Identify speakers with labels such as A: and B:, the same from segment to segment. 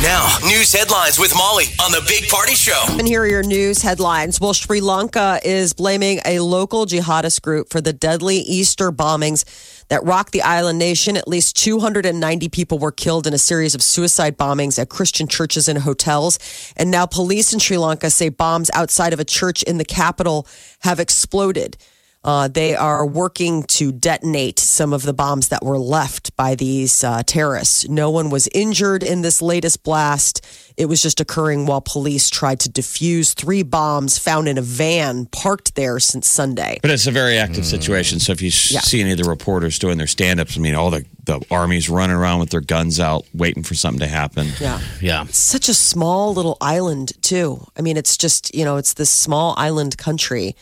A: Now, news headlines with Molly on the Big Party Show.
B: And here are your news headlines. Well, Sri Lanka is blaming a local jihadist group for the deadly Easter bombings that rocked the island nation. At least 290 people were killed in a series of suicide bombings at Christian churches and hotels. And now police in Sri Lanka say bombs outside of a church in the capital have exploded. Uh, they are working to detonate some of the bombs that were left by these uh, terrorists. No one was injured in this latest blast. It was just occurring while police tried to defuse three bombs found in a van parked there since Sunday.
C: But it's a very active
D: Mm.
C: situation. So if you
B: Yeah.
C: see any of the reporters doing their stand ups, I mean, all the, the armies running around with their guns out, waiting for something to happen.
B: Yeah.
D: Yeah.
B: Such a small little island, too. I mean, it's just, you know, it's this small island country.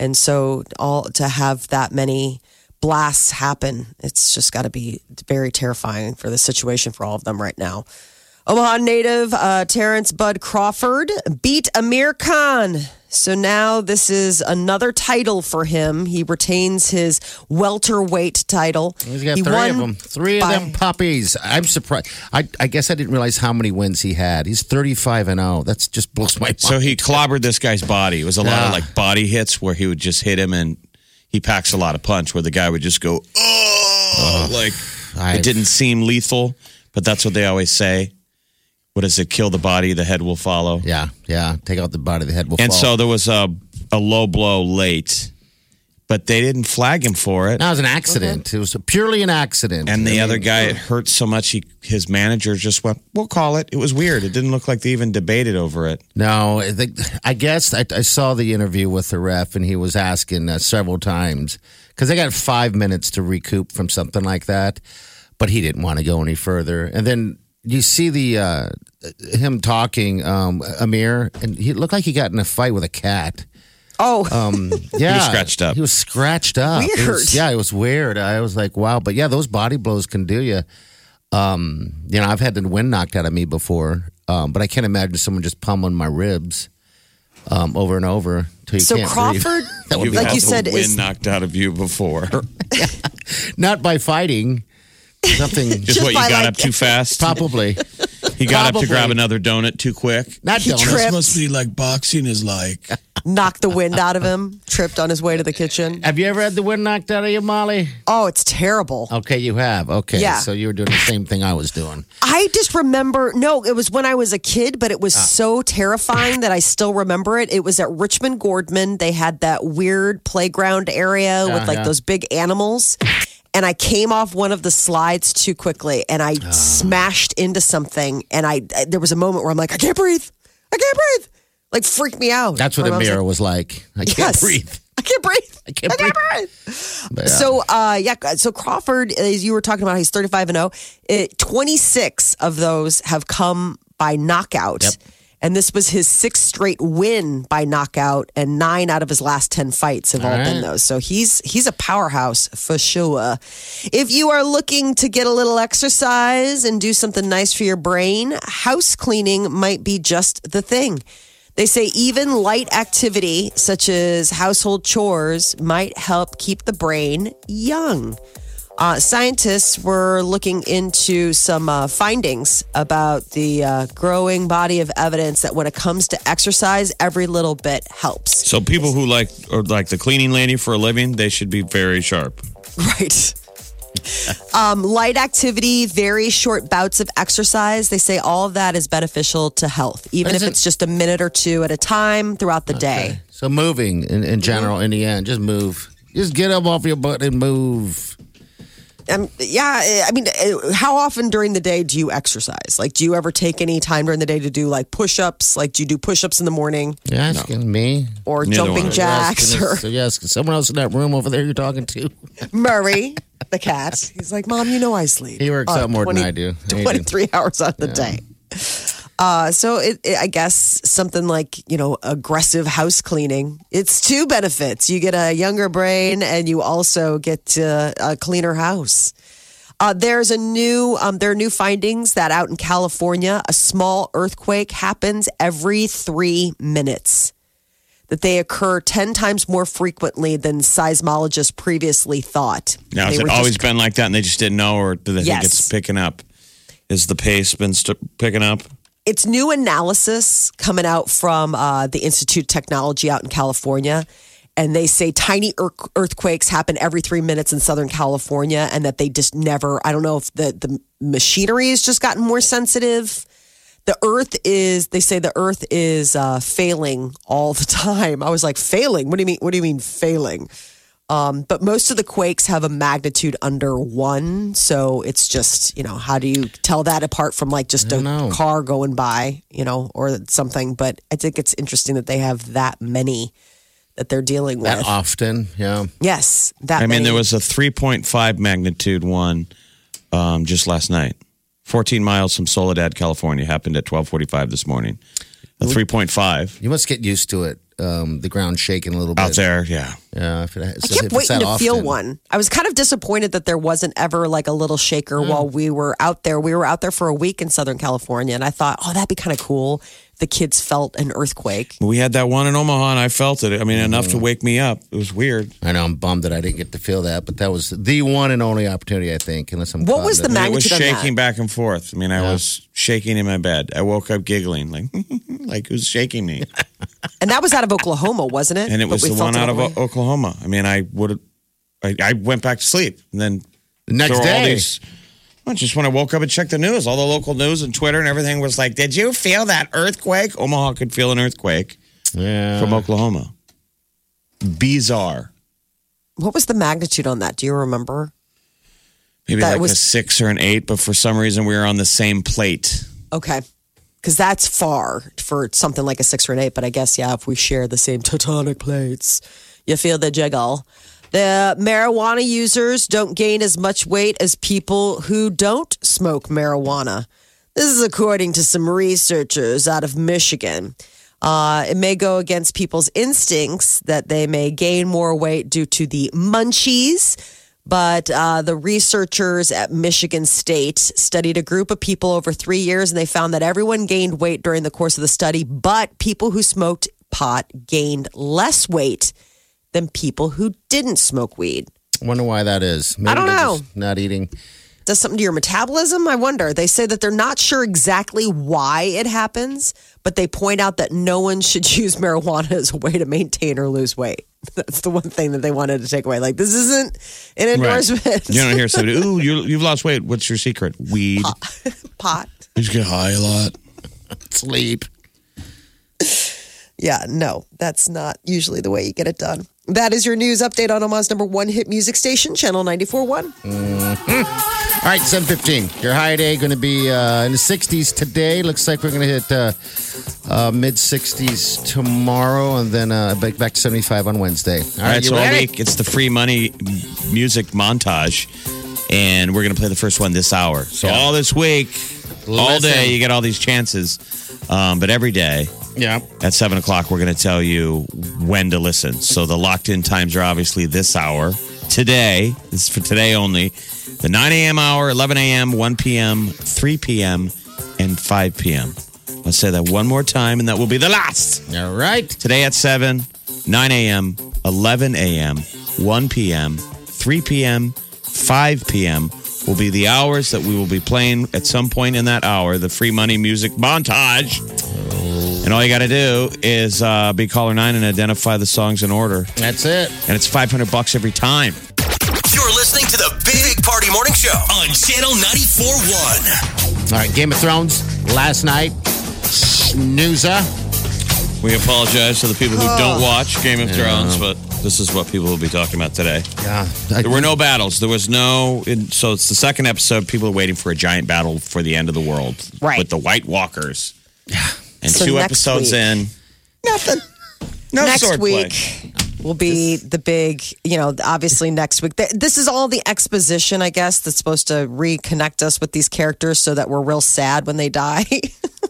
B: And so all to have that many blasts happen, it's just got to be very terrifying for the situation for all of them right now. Omaha native uh, Terrence Bud Crawford beat Amir Khan. So now this is another title for him. He retains his welterweight title.
D: He's got
B: He
D: three of
B: won
D: them. Three
B: by-
D: of them puppies. I'm surprised. I, I guess I didn't realize how many wins he had. He's 35 and 0. That's just blows my mind.
C: So he clobbered this guy's body. It was a lot of
D: Yeah.
C: like body hits where he would just hit him and he packs a lot of punch where the guy would just go, oh, like
D: I've-
C: it didn't seem lethal, but that's what they always say. What is it? Kill the body, the head will follow.
D: yeah, yeah. Take out the body, the head will
C: And so
D: fall.
C: there was a, a low blow late, but they didn't flag him for it.
D: That was an accident. It was purely an accident.
C: And the
D: I
C: other
D: mean,
C: guy, it hurt so much, he, his manager just went, We'll call it. It was weird. It didn't look like they even debated over it.
D: No, I think I guess I, I saw the interview with the ref, and he was asking uh, several times because they got five minutes to recoup from something like that, but he didn't want to go any further. And then you see the uh, him talking, um, Amir, and he looked like he got in a fight with a cat.
B: Oh,
D: Mm. Yeah,
C: scratched up.
D: He was scratched up. It was-
B: Weird.
D: yeah, it was weird. I was like, wow. But yeah, those body blows can do you. Um, you know, I've had the wind knocked out of me before, um, but I can't imagine someone just pummeling my ribs um, over and over. Till you
B: so
D: can't breathe.
B: Crawford,
D: That would
C: You've
D: be
B: like
C: had
B: you
C: the
B: said,
C: wind
B: is
C: knocked out of you before.
D: not by fighting, something
C: Just,
B: Just
C: what you
B: by,
C: got
B: like-
C: up too fast.
D: probably
C: he got up to
D: probably.
C: grab another donut too quick.
D: not
B: He
D: donuts.
B: tripped.
E: must be like boxing is like.
B: knocked the wind out of him, tripped on his way to the kitchen.
D: Have you ever had the wind knocked out of you, Molly?
B: Oh, it's terrible.
D: Okay, you have. Okay,
B: Yeah.
D: so you were doing the same thing I was doing.
B: I just remember, no, it was when I was a kid, but it
D: Ah.
B: was so terrifying that I still remember it. It was at Richmond Gordman. They had that weird playground area with
D: Yeah,
B: like
D: yeah.
B: those big animals. And I came off one of the slides too quickly and
D: Ah.
B: I smashed into something. And I, I- there was a moment where I'm like, I can't breathe. I can't breathe. Like, freaked me out.
D: That's what
B: My mom's
D: Amir
B: like,
D: was like. I can't
B: "Yes.
D: breathe.
B: I can't breathe.
D: I can't
B: breathe.
D: But, um, yeah.
B: So uh, yeah, so Crawford, uh, as you were talking about, he's thirty five and zero. It- Twenty six of those have come by knockout,
D: Yep.
B: and this was his sixth straight win by knockout, and nine out of his last ten fights have all,
D: All
B: been
D: right.
B: those. So he's he's a powerhouse for sure. If you are looking to get a little exercise and do something nice for your brain, house cleaning might be just the thing. They say even light activity, such as household chores, might help keep the brain young. Uh, scientists were looking into some uh, findings about the uh, growing body of evidence that when it comes to exercise, every little bit helps.
C: So people who like or like the cleaning lady for a living, they should be very sharp.
B: Right. um, light activity, very short bouts of exercise. They say all of that is beneficial to health, even if
D: But isn't-
B: it's just a minute or two at a time throughout the day.
D: So moving in, in general, in the end, just move. Just get up off your butt and move.
B: Um, yeah, I- I mean, uh, how often during the day do you exercise? Like, do you ever take any time during the day to do like push ups? Like, do you do push ups in the morning
D: You're asking me.
B: or
C: Neither
B: jumping
C: one.
B: jacks
D: You're
B: or
D: asking- you're asking someone else in that room over there you're talking to.
B: Murray, the cat? He's like, Mom, you know I sleep.
D: He works
B: uh,
D: out more
B: 20
D: than I do. He did.
B: 23 hours out of the day. Uh, so it, it, I guess something like you know aggressive house cleaning. It's two benefits: you get a younger brain, and you also get uh, a cleaner house. Uh, there's a new um, there are new findings that out in California, a small earthquake happens every three minutes. That they occur ten times more frequently than seismologists previously thought.
C: Now,
B: They
C: has it
B: were just
C: always been like that and they just didn't know, or do they think it's
B: Yes.
C: picking up? Is the pace been st- picking up?
B: it's new analysis coming out from uh, the Institute of Technology out in California. And they say tiny ear- earthquakes happen every three minutes in Southern California, and that they just never, I don't know if the, the machinery has just gotten more sensitive. The earth is, they say the earth is uh, failing all the time. I was like, failing? What do you mean? What do you mean failing? Um, but most of the quakes have a magnitude under one. So it's just, you know, how do you tell that apart from like just a
D: know.
B: car going by, you know, or something? But I think it's interesting that they have that many that they're dealing with.
D: That often, yeah.
B: yes. That
C: I mean,
B: many.
C: there was a 3.5 magnitude one um, just last night. 14 miles from Soledad, California, happened at 12:45 this morning. A 3.5
D: You must get used to it. Um, the ground shaking a little bit
C: out there, yeah.
D: Yeah, if it, so
B: I
D: if
B: kept
D: it's
B: waiting to
D: that
B: feel
D: often-
B: one. I was kind of disappointed that there wasn't ever like a little shaker
C: Hmm.
B: while we were out there. We were out there for a week in Southern California, and I thought, oh, that'd be kind of cool. if The kids felt an earthquake.
C: We had that one in Omaha, and I felt it. I
B: Mm-hmm.
C: mean, enough to wake me up. It was weird.
D: I know I'm bummed that I didn't get to feel that, but that was the one and only opportunity I think. Unless I'm
B: What
D: caught
B: was
D: in
B: the
C: It was
B: Magnitude on that.
C: shaking back and forth. I mean, I was shaking in my bed. I woke up giggling, like like it was shaking me.
B: And that was out of Oklahoma, wasn't it?
C: And it
B: But
C: was
B: we
C: the
B: felt
C: one out
B: all
C: of
B: the way.
C: O- Oklahoma. I mean, I would have. I, I went back to sleep, and then
D: the next
C: there were all
D: day?
C: these- well, just when I woke up and checked the news, all the local news and Twitter and everything was like, "Did you feel that earthquake?" Omaha could feel an earthquake
D: yeah,
C: from Oklahoma. Bizarre.
B: What was the magnitude on that? Do you remember?
C: Maybe
B: That
C: like a
B: was-
C: six or an eight, but for some reason we were on the same plate.
B: Okay. Because that's far for something like a six or an eight. But I guess, yeah, if we share the same tectonic plates, you feel the jiggle. The marijuana users don't gain as much weight as people who don't smoke marijuana. This is according to some researchers out of Michigan. Uh, it may go against people's instincts that they may gain more weight due to the munchies. But uh, the researchers at Michigan State studied a group of people over three years, and they found that everyone gained weight during the course of the study, but people who smoked pot gained less weight than people who didn't smoke weed.
D: Wonder why that is. Maybe
B: I don't
D: they're
B: know.
D: just Not eating.
B: Does something to your metabolism? I wonder. They say that they're not sure exactly why it happens, but they point out that no one should use marijuana as a way to maintain or lose weight. That's the one thing that they wanted to take away. Like, this isn't an endorsement.
C: You don't hear somebody, ooh, you, you've lost weight. What's your secret? Weed.
B: Pot.
E: You just get high a lot.
D: Sleep.
B: Yeah, no, that's not usually the way you get it done. That is your news update on Omaha's number one hit music station, Channel 94.1.
D: All right, 715. Your high day going to be uh, in the 60s today. Looks like we're going to hit uh, uh, mid 60s tomorrow and then uh, back, back to 75 on Wednesday.
C: All right,
D: you
C: so all
D: ready?
C: week it's the free money m- music montage, and we're gonna play the first one this hour. So
D: Yeah.
C: all this week, all
D: Listen.
C: day, you get all these chances. Um, but every day
D: Yeah.
C: at seven o'clock, we're gonna tell you when to listen. So the locked in times are obviously this hour today. This is for today only. The nine a.m. hour, eleven a.m., one p.m., three p.m., and five p.m. I'll say that one more time, and that will be the last.
D: All right.
C: Today at 7, 9 a.m., 11 a.m., 1 p.m., 3 p.m., 5 p.m. will be the hours that we will be playing at some point in that hour the free money music montage. And all you got to do is uh, be caller 9 and identify the songs in order.
D: That's it.
C: And it's 500 bucks every time.
A: You're listening to the Big Party Morning Show on Channel 94.1.
D: All right, Game of Thrones last night. uh? Snooza.
C: We apologize to the people who don't watch Game of Thrones, but this is what people will be talking about today.
D: Yeah.
C: There were no battles. There was no. it- So it's the second episode. People are waiting for a giant battle for the end of the world,
B: Right.
C: With the White Walkers. And
B: So
C: two
B: next
C: episodes
B: week.
C: in,
B: Nothing.
C: no
B: next
C: swordplay.
B: week will be the big, you know, obviously next week. Th- This is all the exposition, I guess, that's supposed to reconnect us with these characters so that we're real sad when they die.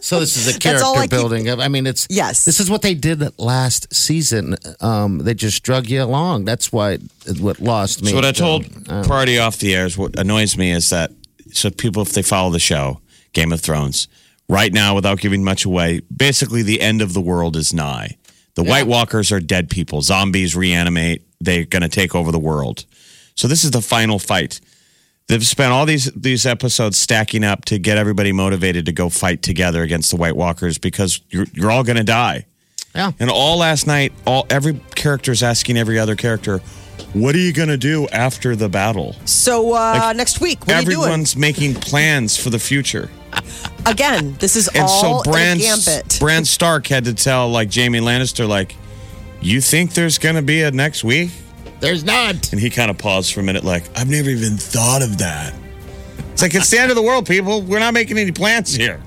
D: So this is a
B: That's all I
D: character
B: keep-
D: building. I mean, it's
B: Yes.
D: This is what they did last season. Um, they just drug you along. That's why what lost me.
C: So what I told
D: um,
C: Party off the air is what annoys me is that so people if they follow the show Game of Thrones right now without giving much away, basically the end of the world is nigh. The White Walkers are dead people. Zombies reanimate. They're going to take over the world. So this is the final fight. They've spent all these these episodes stacking up to get everybody motivated to go fight together against the White Walkers because you're you're all going to die.
D: yeah.
C: And all last night, all every character's asking every other character, "What are you going to do after the battle?"
B: So uh,
C: Like,
B: next week, what are you doing?
C: Everyone's making plans for the future.
B: Again, this is
C: And
B: all
C: so Bran
B: in a gambit.
C: Bran Stark had to tell like Jamie Lannister like, "You think there's going to be a next week?"
D: There's not.
C: And he kind of paused for a minute like,
E: I've never even thought of that.
C: "It's like it's the end of the world, people. We're not making any plans here.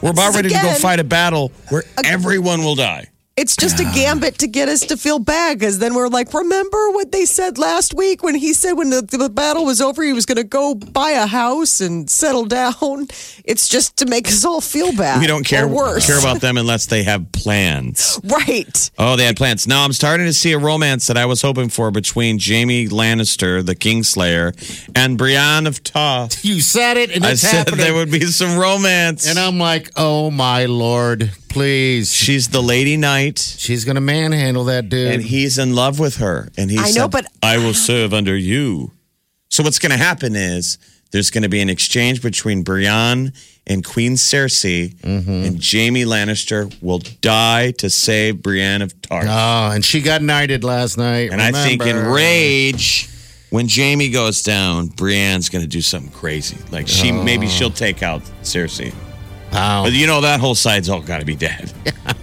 C: We're about ready to go
B: Again.
C: fight a battle where everyone will die."
B: It's just a gambit to get us to feel bad because then we're like, remember what they said last week when he said when the, the battle was over, he was going to go buy a house and settle down. It's just to make us all feel bad.
C: We don't care
B: Uh, Or worse.
C: care about them unless they have plans.
B: right.
C: Oh, they had plans. Now I'm starting to see a romance that I was hoping for between Jamie Lannister, the Kingslayer, and Brienne of Tarth.
D: You said it, and
C: I
D: it's
C: said
D: happening.
C: there would be some romance.
D: and I'm like, oh my lord, please.
C: She's the lady knight,
D: She's gonna manhandle that dude.
C: and he's in love with her. And he
B: I
C: said,
B: know, but-
C: I will serve under you. So what's going to happen is there's going to be an exchange between Brienne and Queen Cersei, and Jamie Lannister will die to save Brienne of Tarth.
D: oh, and she got knighted last night.
C: And I think in
D: remember.
C: rage, when Jamie goes down, Brienne's going to do something crazy. Like she, maybe she'll take out Cersei.
D: Wow.
C: But you know that whole side's all got to be dead.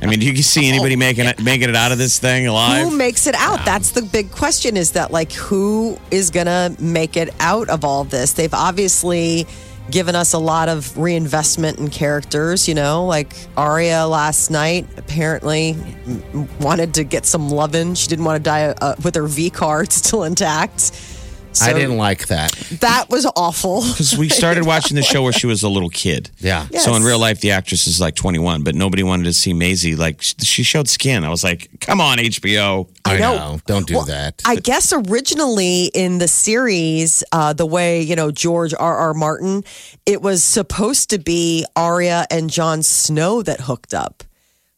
C: I mean, do you see anybody making it, making it out of this thing
B: Who
C: alive?
B: makes it out? That's the big question is that, like, who is going to make it out of all this? They've obviously given us a lot of reinvestment in characters, you know, like Arya last night apparently m- m- wanted to get some lovin'. She didn't want to die uh, with her V card still intact. So
D: I didn't like that.
B: That was awful.
C: Because we started watching the show where she was a little kid.
D: Yeah.
B: Yeah.
C: So in
B: Yes.
C: real life, the actress is like 21, but nobody wanted to see Maisie. Like sh- she showed skin. I was like, come on, HBO.
D: I
B: know.
D: know. Don't do that.
B: I guess originally in the series, uh, the way you know George R. R. Martin, it was supposed to be Arya and Jon Snow that hooked up.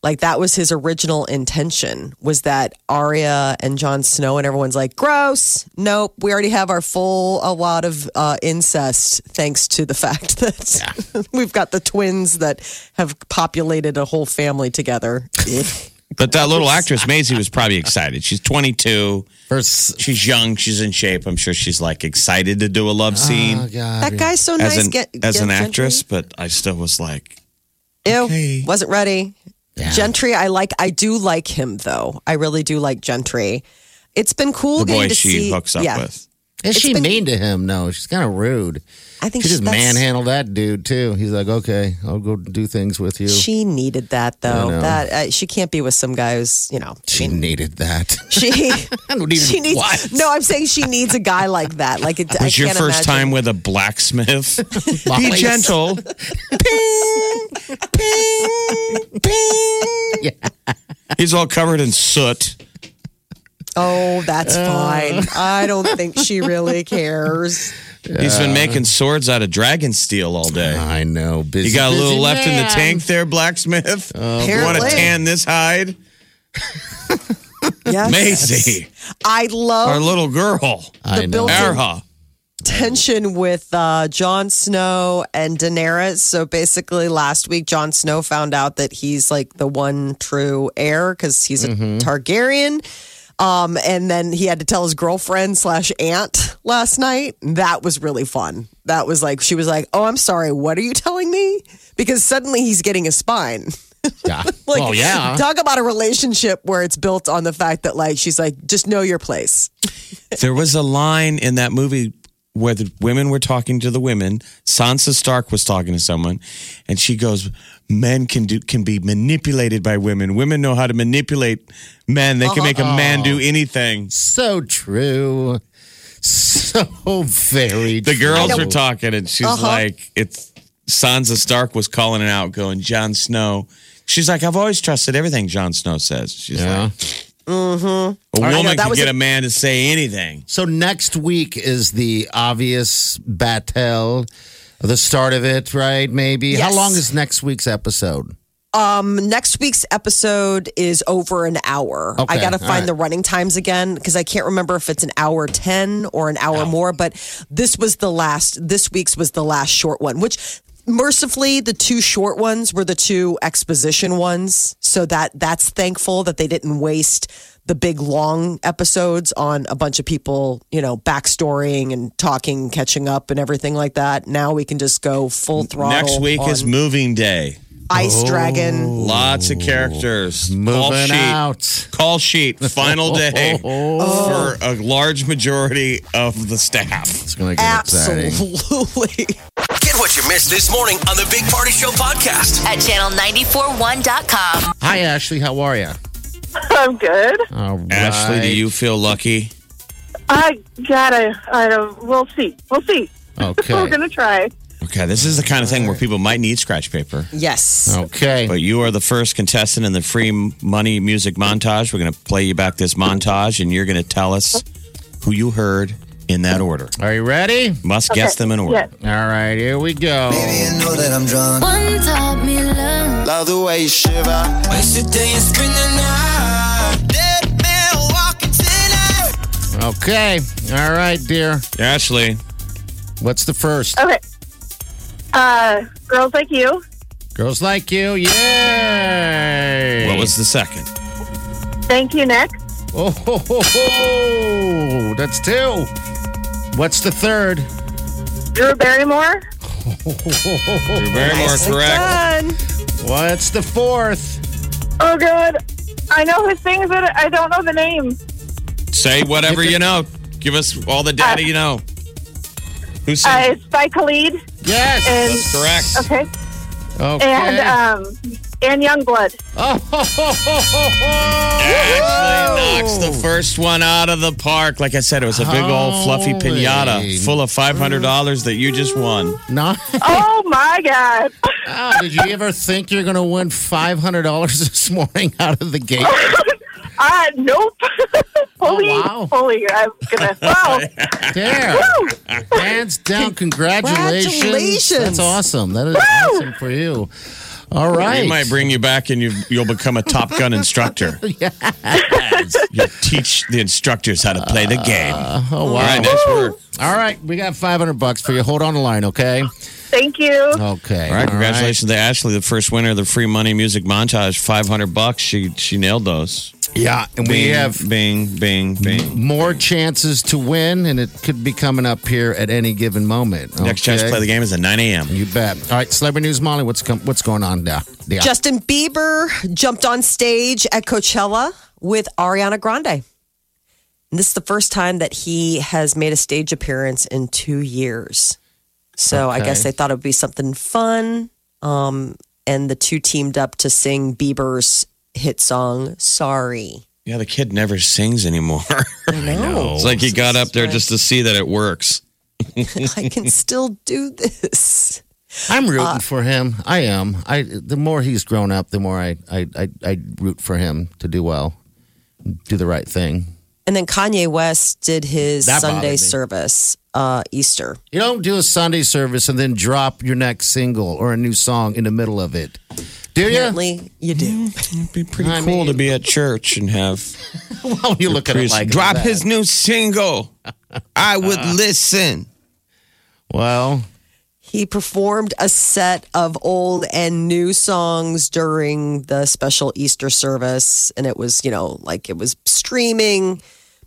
B: Like that was his original intention was that Arya and Jon Snow and everyone's like, gross. Nope, we already have our full a lot of uh, incest thanks to the fact that we've got the twins that have populated a whole family together.
C: But that little actress, Maisie, was probably excited. She's 22.
D: First,
C: She's young. She's in shape. I'm sure she's like excited to do a love scene
D: oh God.
B: that guy's so
C: as
B: nice.
C: an
B: Ah, Get-
C: as
B: get
C: an
B: Gentry.
C: actress. But I still was like,
B: Ew,
C: Okay.
B: wasn't ready.
D: Yeah.
B: Gentry, I like. I do like him though. I really do like Gentry. It's been cool
C: the
B: getting
C: boy
B: to
C: she
B: see.
C: hooks up
B: yeah,
C: with.
D: Is she
B: been-
D: mean to him? No, she's kind of rude.
B: I think
D: She just
B: that's-
D: manhandled that dude too. He's like, okay, I'll go do things with you. She,
B: She needed that though.
D: know.
B: That uh, she can't be with some guy who's you know.
D: needed that.
B: She.
D: I don't even.
B: She needs
D: what?
B: no. I'm saying she needs a guy like that. Like it I
C: Was your
B: can't
C: first
B: imagine.
C: time with a blacksmith? Be
D: Molly's.
C: gentle. ping, ping, ping. He's all covered in soot.
B: Oh, that's fine. I don't think she really cares.
C: He's been making swords out of dragon steel all
B: Ah.
C: day.
D: I know. Busy,
C: You got a little
D: busy
C: left in the
D: man.
C: tank there, blacksmith. you
B: Oh,
C: want to
B: Apparently.
C: tan this hide?
B: Yes, Oh.
C: Maisie,
B: I
C: our
B: love
C: little girl.
D: I
B: the
D: know.
B: built-in
C: Arha.
B: tension with uh, Jon Snow and Daenerys. So basically, last week, Jon Snow found out that he's like the one true heir because he's a
D: Mm-hmm.
B: Targaryen. Um, and then he had to tell his girlfriend slash aunt last night. That was really fun. That was like, she was like, Oh, I'm sorry. What are you telling me? Because suddenly he's getting a spine.
D: Yeah.
B: Like,
D: oh yeah.
B: talk about a relationship where it's built on the fact that, like, she's like, just know your place.
C: There was a line in that movie where the women were talking to the women. Sansa Stark was talking to someone, and she goes, "Men can do can be manipulated by women. Women know how to manipulate men. They can make
B: Uh-huh.
C: a man
B: Oh.
C: do anything."
D: So true. So very.
C: The girls
D: true.
B: Uh-huh.
C: were talking, and she's like, "It's." Sansa Stark was calling it out, going, Jon Snow. She's like, I've always trusted everything Jon Snow says. She's
D: Yeah.
C: like,
B: I
C: a
B: know, that
C: woman can
B: was
C: get
B: a-
C: a man to say anything.
D: So next week is the obvious battle, the start of it, right? Maybe. How
B: Yes.
D: long is next week's episode?
B: Next week's episode is over an hour.
D: Okay,
B: I got to
D: all
B: find
D: right.
B: the running times again because I can't remember if it's an hour 10 or an hour more, but this was the last, this week's was the last short one, which mercifully the two short ones were the two exposition ones. So that that's thankful that they didn't waste the big long episodes on a bunch of people, you know, backstorying and talking, catching up and everything like that. Now we can just go full throttle.
C: Next week
B: on
C: is Oh. moving day.
B: Ice Dragon.
C: Lots of characters. Call
D: Moving
C: sheet.
D: out. Oh.
C: Call sheet. Final day for a large majority of the staff.
D: It's going to get exciting.
B: Absolutely.
A: Get what you missed this morning on the Big Party Show podcast.
F: at channel941.com.
D: Hi, Ashley. How are you?
G: I'm good.
D: All
C: Ashley, do
D: right.
C: you feel lucky?
G: I gotta. I don't. We'll see. We'll see.
D: Okay.
B: Oh,
G: We're gonna try.
C: Okay, this is the kind of thing where people might need scratch paper.
B: Yes.
D: Okay.
C: But you are the first contestant in the free m- money music montage. We're going to play you back this montage, and you're going to tell us who you heard in that order.
D: Are you ready?
C: Must guess them in order.
G: Yes.
D: All right, here we go.
H: You know that I'm drunk.
F: One taught me love.
H: Love the way you shiver. Wasted day and spend the night. Dead man walking tonight.
D: Okay. All right, dear.
C: Ashley,
D: What's the first?
G: Okay. Uh, girls like you.
D: Girls like you. Yay.
C: what was the second?
G: Thank you, next.
D: Oh, ho, ho, ho. that's two. What's the third?
G: Drew Barrymore.
C: Drew Barrymore, correct.
B: Done.
D: What's the fourth?
G: Oh, good. I know his things, but I don't know the name.
C: Say whatever you know. Give us all the
D: Uh,
C: data you know. Who
G: Uh,
C: said
G: it's by Khalid
D: Yes.
G: and
C: that's correct?
G: okay,
D: Okay.
G: and um, and Youngblood.
D: oh, ho, ho, ho, ho.
C: Ashley knocks the first one out of the park. Like I said, it was a big old fluffy
D: Holy.
C: pinata full of $500 that you just won.
D: No.
G: Oh my God.
D: Oh, did you ever think you're going to win $500 this morning out of the gate?
G: Uh, nope. fully,
D: Oh, wow.
G: fully. I'm gonna. Wow.
D: There. Hands down. Congratulations.
B: Congratulations.
D: That's awesome. That is awesome for you. All right.
C: We might bring you back and you, you'll become a Top Gun instructor. You'll teach the instructors how to play the game.
D: oh,
C: All
D: wow.
C: right, nice work.
D: All right. We got 500 bucks for you. Hold on the line, okay?
G: Thank
D: Oh,
G: you.
D: Okay.
C: All right, congratulations to Ashley, the first winner of the free money music montage, 500 bucks. She she nailed those.
D: Yeah. And we
C: Bing,
D: have
C: bing, bing, bing.
D: more chances to win, and it could be coming up here at any given moment.
C: Next chance to play the game is at 9 a.m.
D: You bet. All right, celebrity news, Molly. What's com- what's going on now? Yeah.
B: Justin Bieber jumped on stage at Coachella with Ariana Grande. And this is the first time that he has made a stage appearance in two years. So I guess they
D: Okay.
B: thought it would be something fun. Um, and the two teamed up to sing Bieber's hit song, Sorry.
C: Yeah, the kid never sings anymore.
B: I know.
C: it's like he got up there just to see that it works.
B: I can still do this.
D: I'm rooting for him. I am. I the more he's grown up, the more I I, I I root for him to do well, do the right thing.
B: And then Kanye West did his
D: That bothered
B: Sunday
D: me.
B: service, uh, Easter.
D: You don't do a Sunday service and then drop your next single or a new song in the middle of it, do you?
B: Apparently, you do.
C: It'd be pretty
D: I
C: cool
D: mean-
C: to be at church and have
D: Well, Oh, you look at it
C: Chris
D: like
C: drop
D: that. Uh.
C: his new single. I would listen.
D: Well,
B: He performed a set of old and new songs during the special Easter service. And it was, you know, like it was streaming,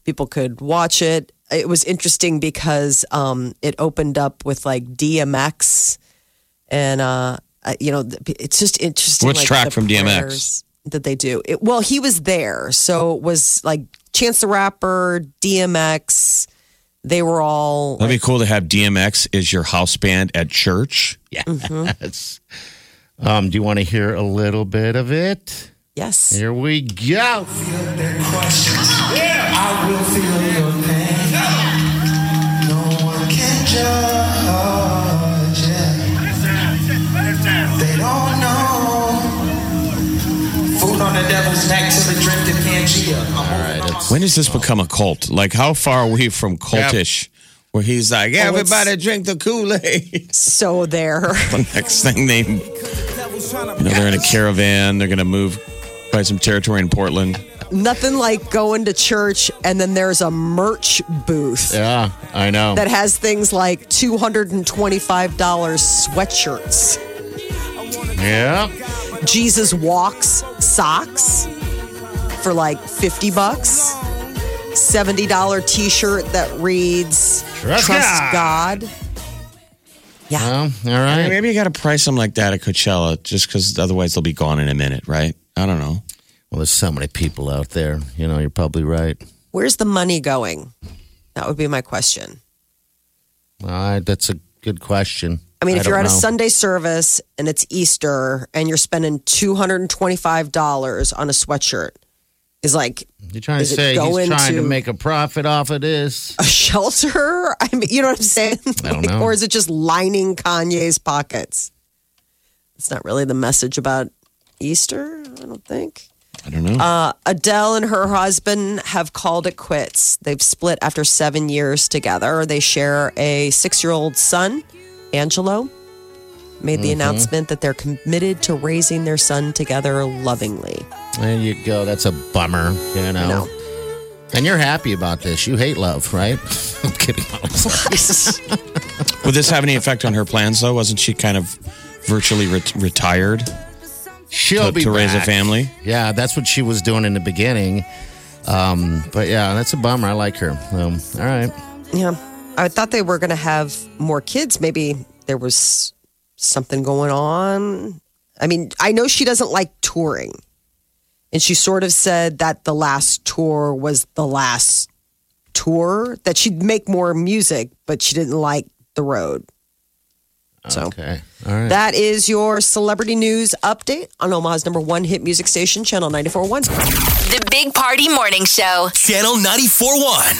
B: people could watch it. It was interesting because um, it opened up with like DMX. And, uh, I- you know, th- it's just interesting.
C: Which
B: like,
C: track
B: the
C: from DMX?
B: prayers That they do. It, well, he was there. So it was like Chance the Rapper, DMX. They were all.
C: That'd be cool to have DMX is your house band at church.
D: that's. Um, do you want to hear a little bit of it?
B: Yes.
D: Here we go.
H: I will feel your pain. No one can judge it. devil's neck to the drift of Pangea. I'm moving on
C: When does this become a cult? Like, how far are we from cultish? Where he's like,
D: Oh,
C: everybody drink the Kool Aid.
B: So there.
C: the next thing they, you know, they're in a caravan. They're going to move by some territory in Portland.
B: Nothing like going to church and then there's a merch booth
D: Yeah, I know.
B: that has things like $225 sweatshirts.
D: yeah.
B: Jesus walks socks for like 50 bucks. $70 t-shirt that reads
D: Trust
B: God.
D: Well, all right.
C: Maybe you got to price them like that at Coachella just because otherwise they'll be gone in a minute, right? I don't know.
D: Well, there's so many people out there. You know, you're probably right.
B: Where's the money going? That would be my question.
D: All right, that's a good question.
B: I mean, if
D: don't
B: you're at a
D: know.
B: Sunday service and it's Easter and you're spending $225 on a sweatshirt is like
D: you're trying to
B: is it
D: say he's
B: going
D: trying to
B: to-
D: make a profit off of this.
B: a shelter? I mean, you know what I'm saying?
D: I don't
B: Like,
D: know.
B: Or is it just lining Kanye's pockets? It's not really the message about Easter, I don't think.
C: I don't know.
B: Uh, Adele and her husband have called it quits. They've split after seven years together. They share a six year old son, Angelo. Made the announcement that they're committed to raising their son together lovingly.
D: There you go. That's a bummer. You know.
B: know.
D: And you're happy about this. You hate love, right? I'm kidding.
C: Would this have any effect on her plans, though? Wasn't she kind of virtually ret- retired?
D: She'll
C: To-
D: be
C: to raise a
D: back.
C: family?
D: Yeah, that's what she was doing in the beginning. Um, but yeah, that's a bummer. I like her. Um, all right.
B: Yeah. I thought they were going to have more kids. Maybe there was something going on. I mean, I know she doesn't like touring. And she sort of said that the last tour was the last tour, that she'd make more music, but she didn't like the road. So
D: Okay. All right.
B: that is your celebrity news update on Omaha's number one hit music station, Channel 941.
F: The Big Party Morning Show.
A: Channel 941.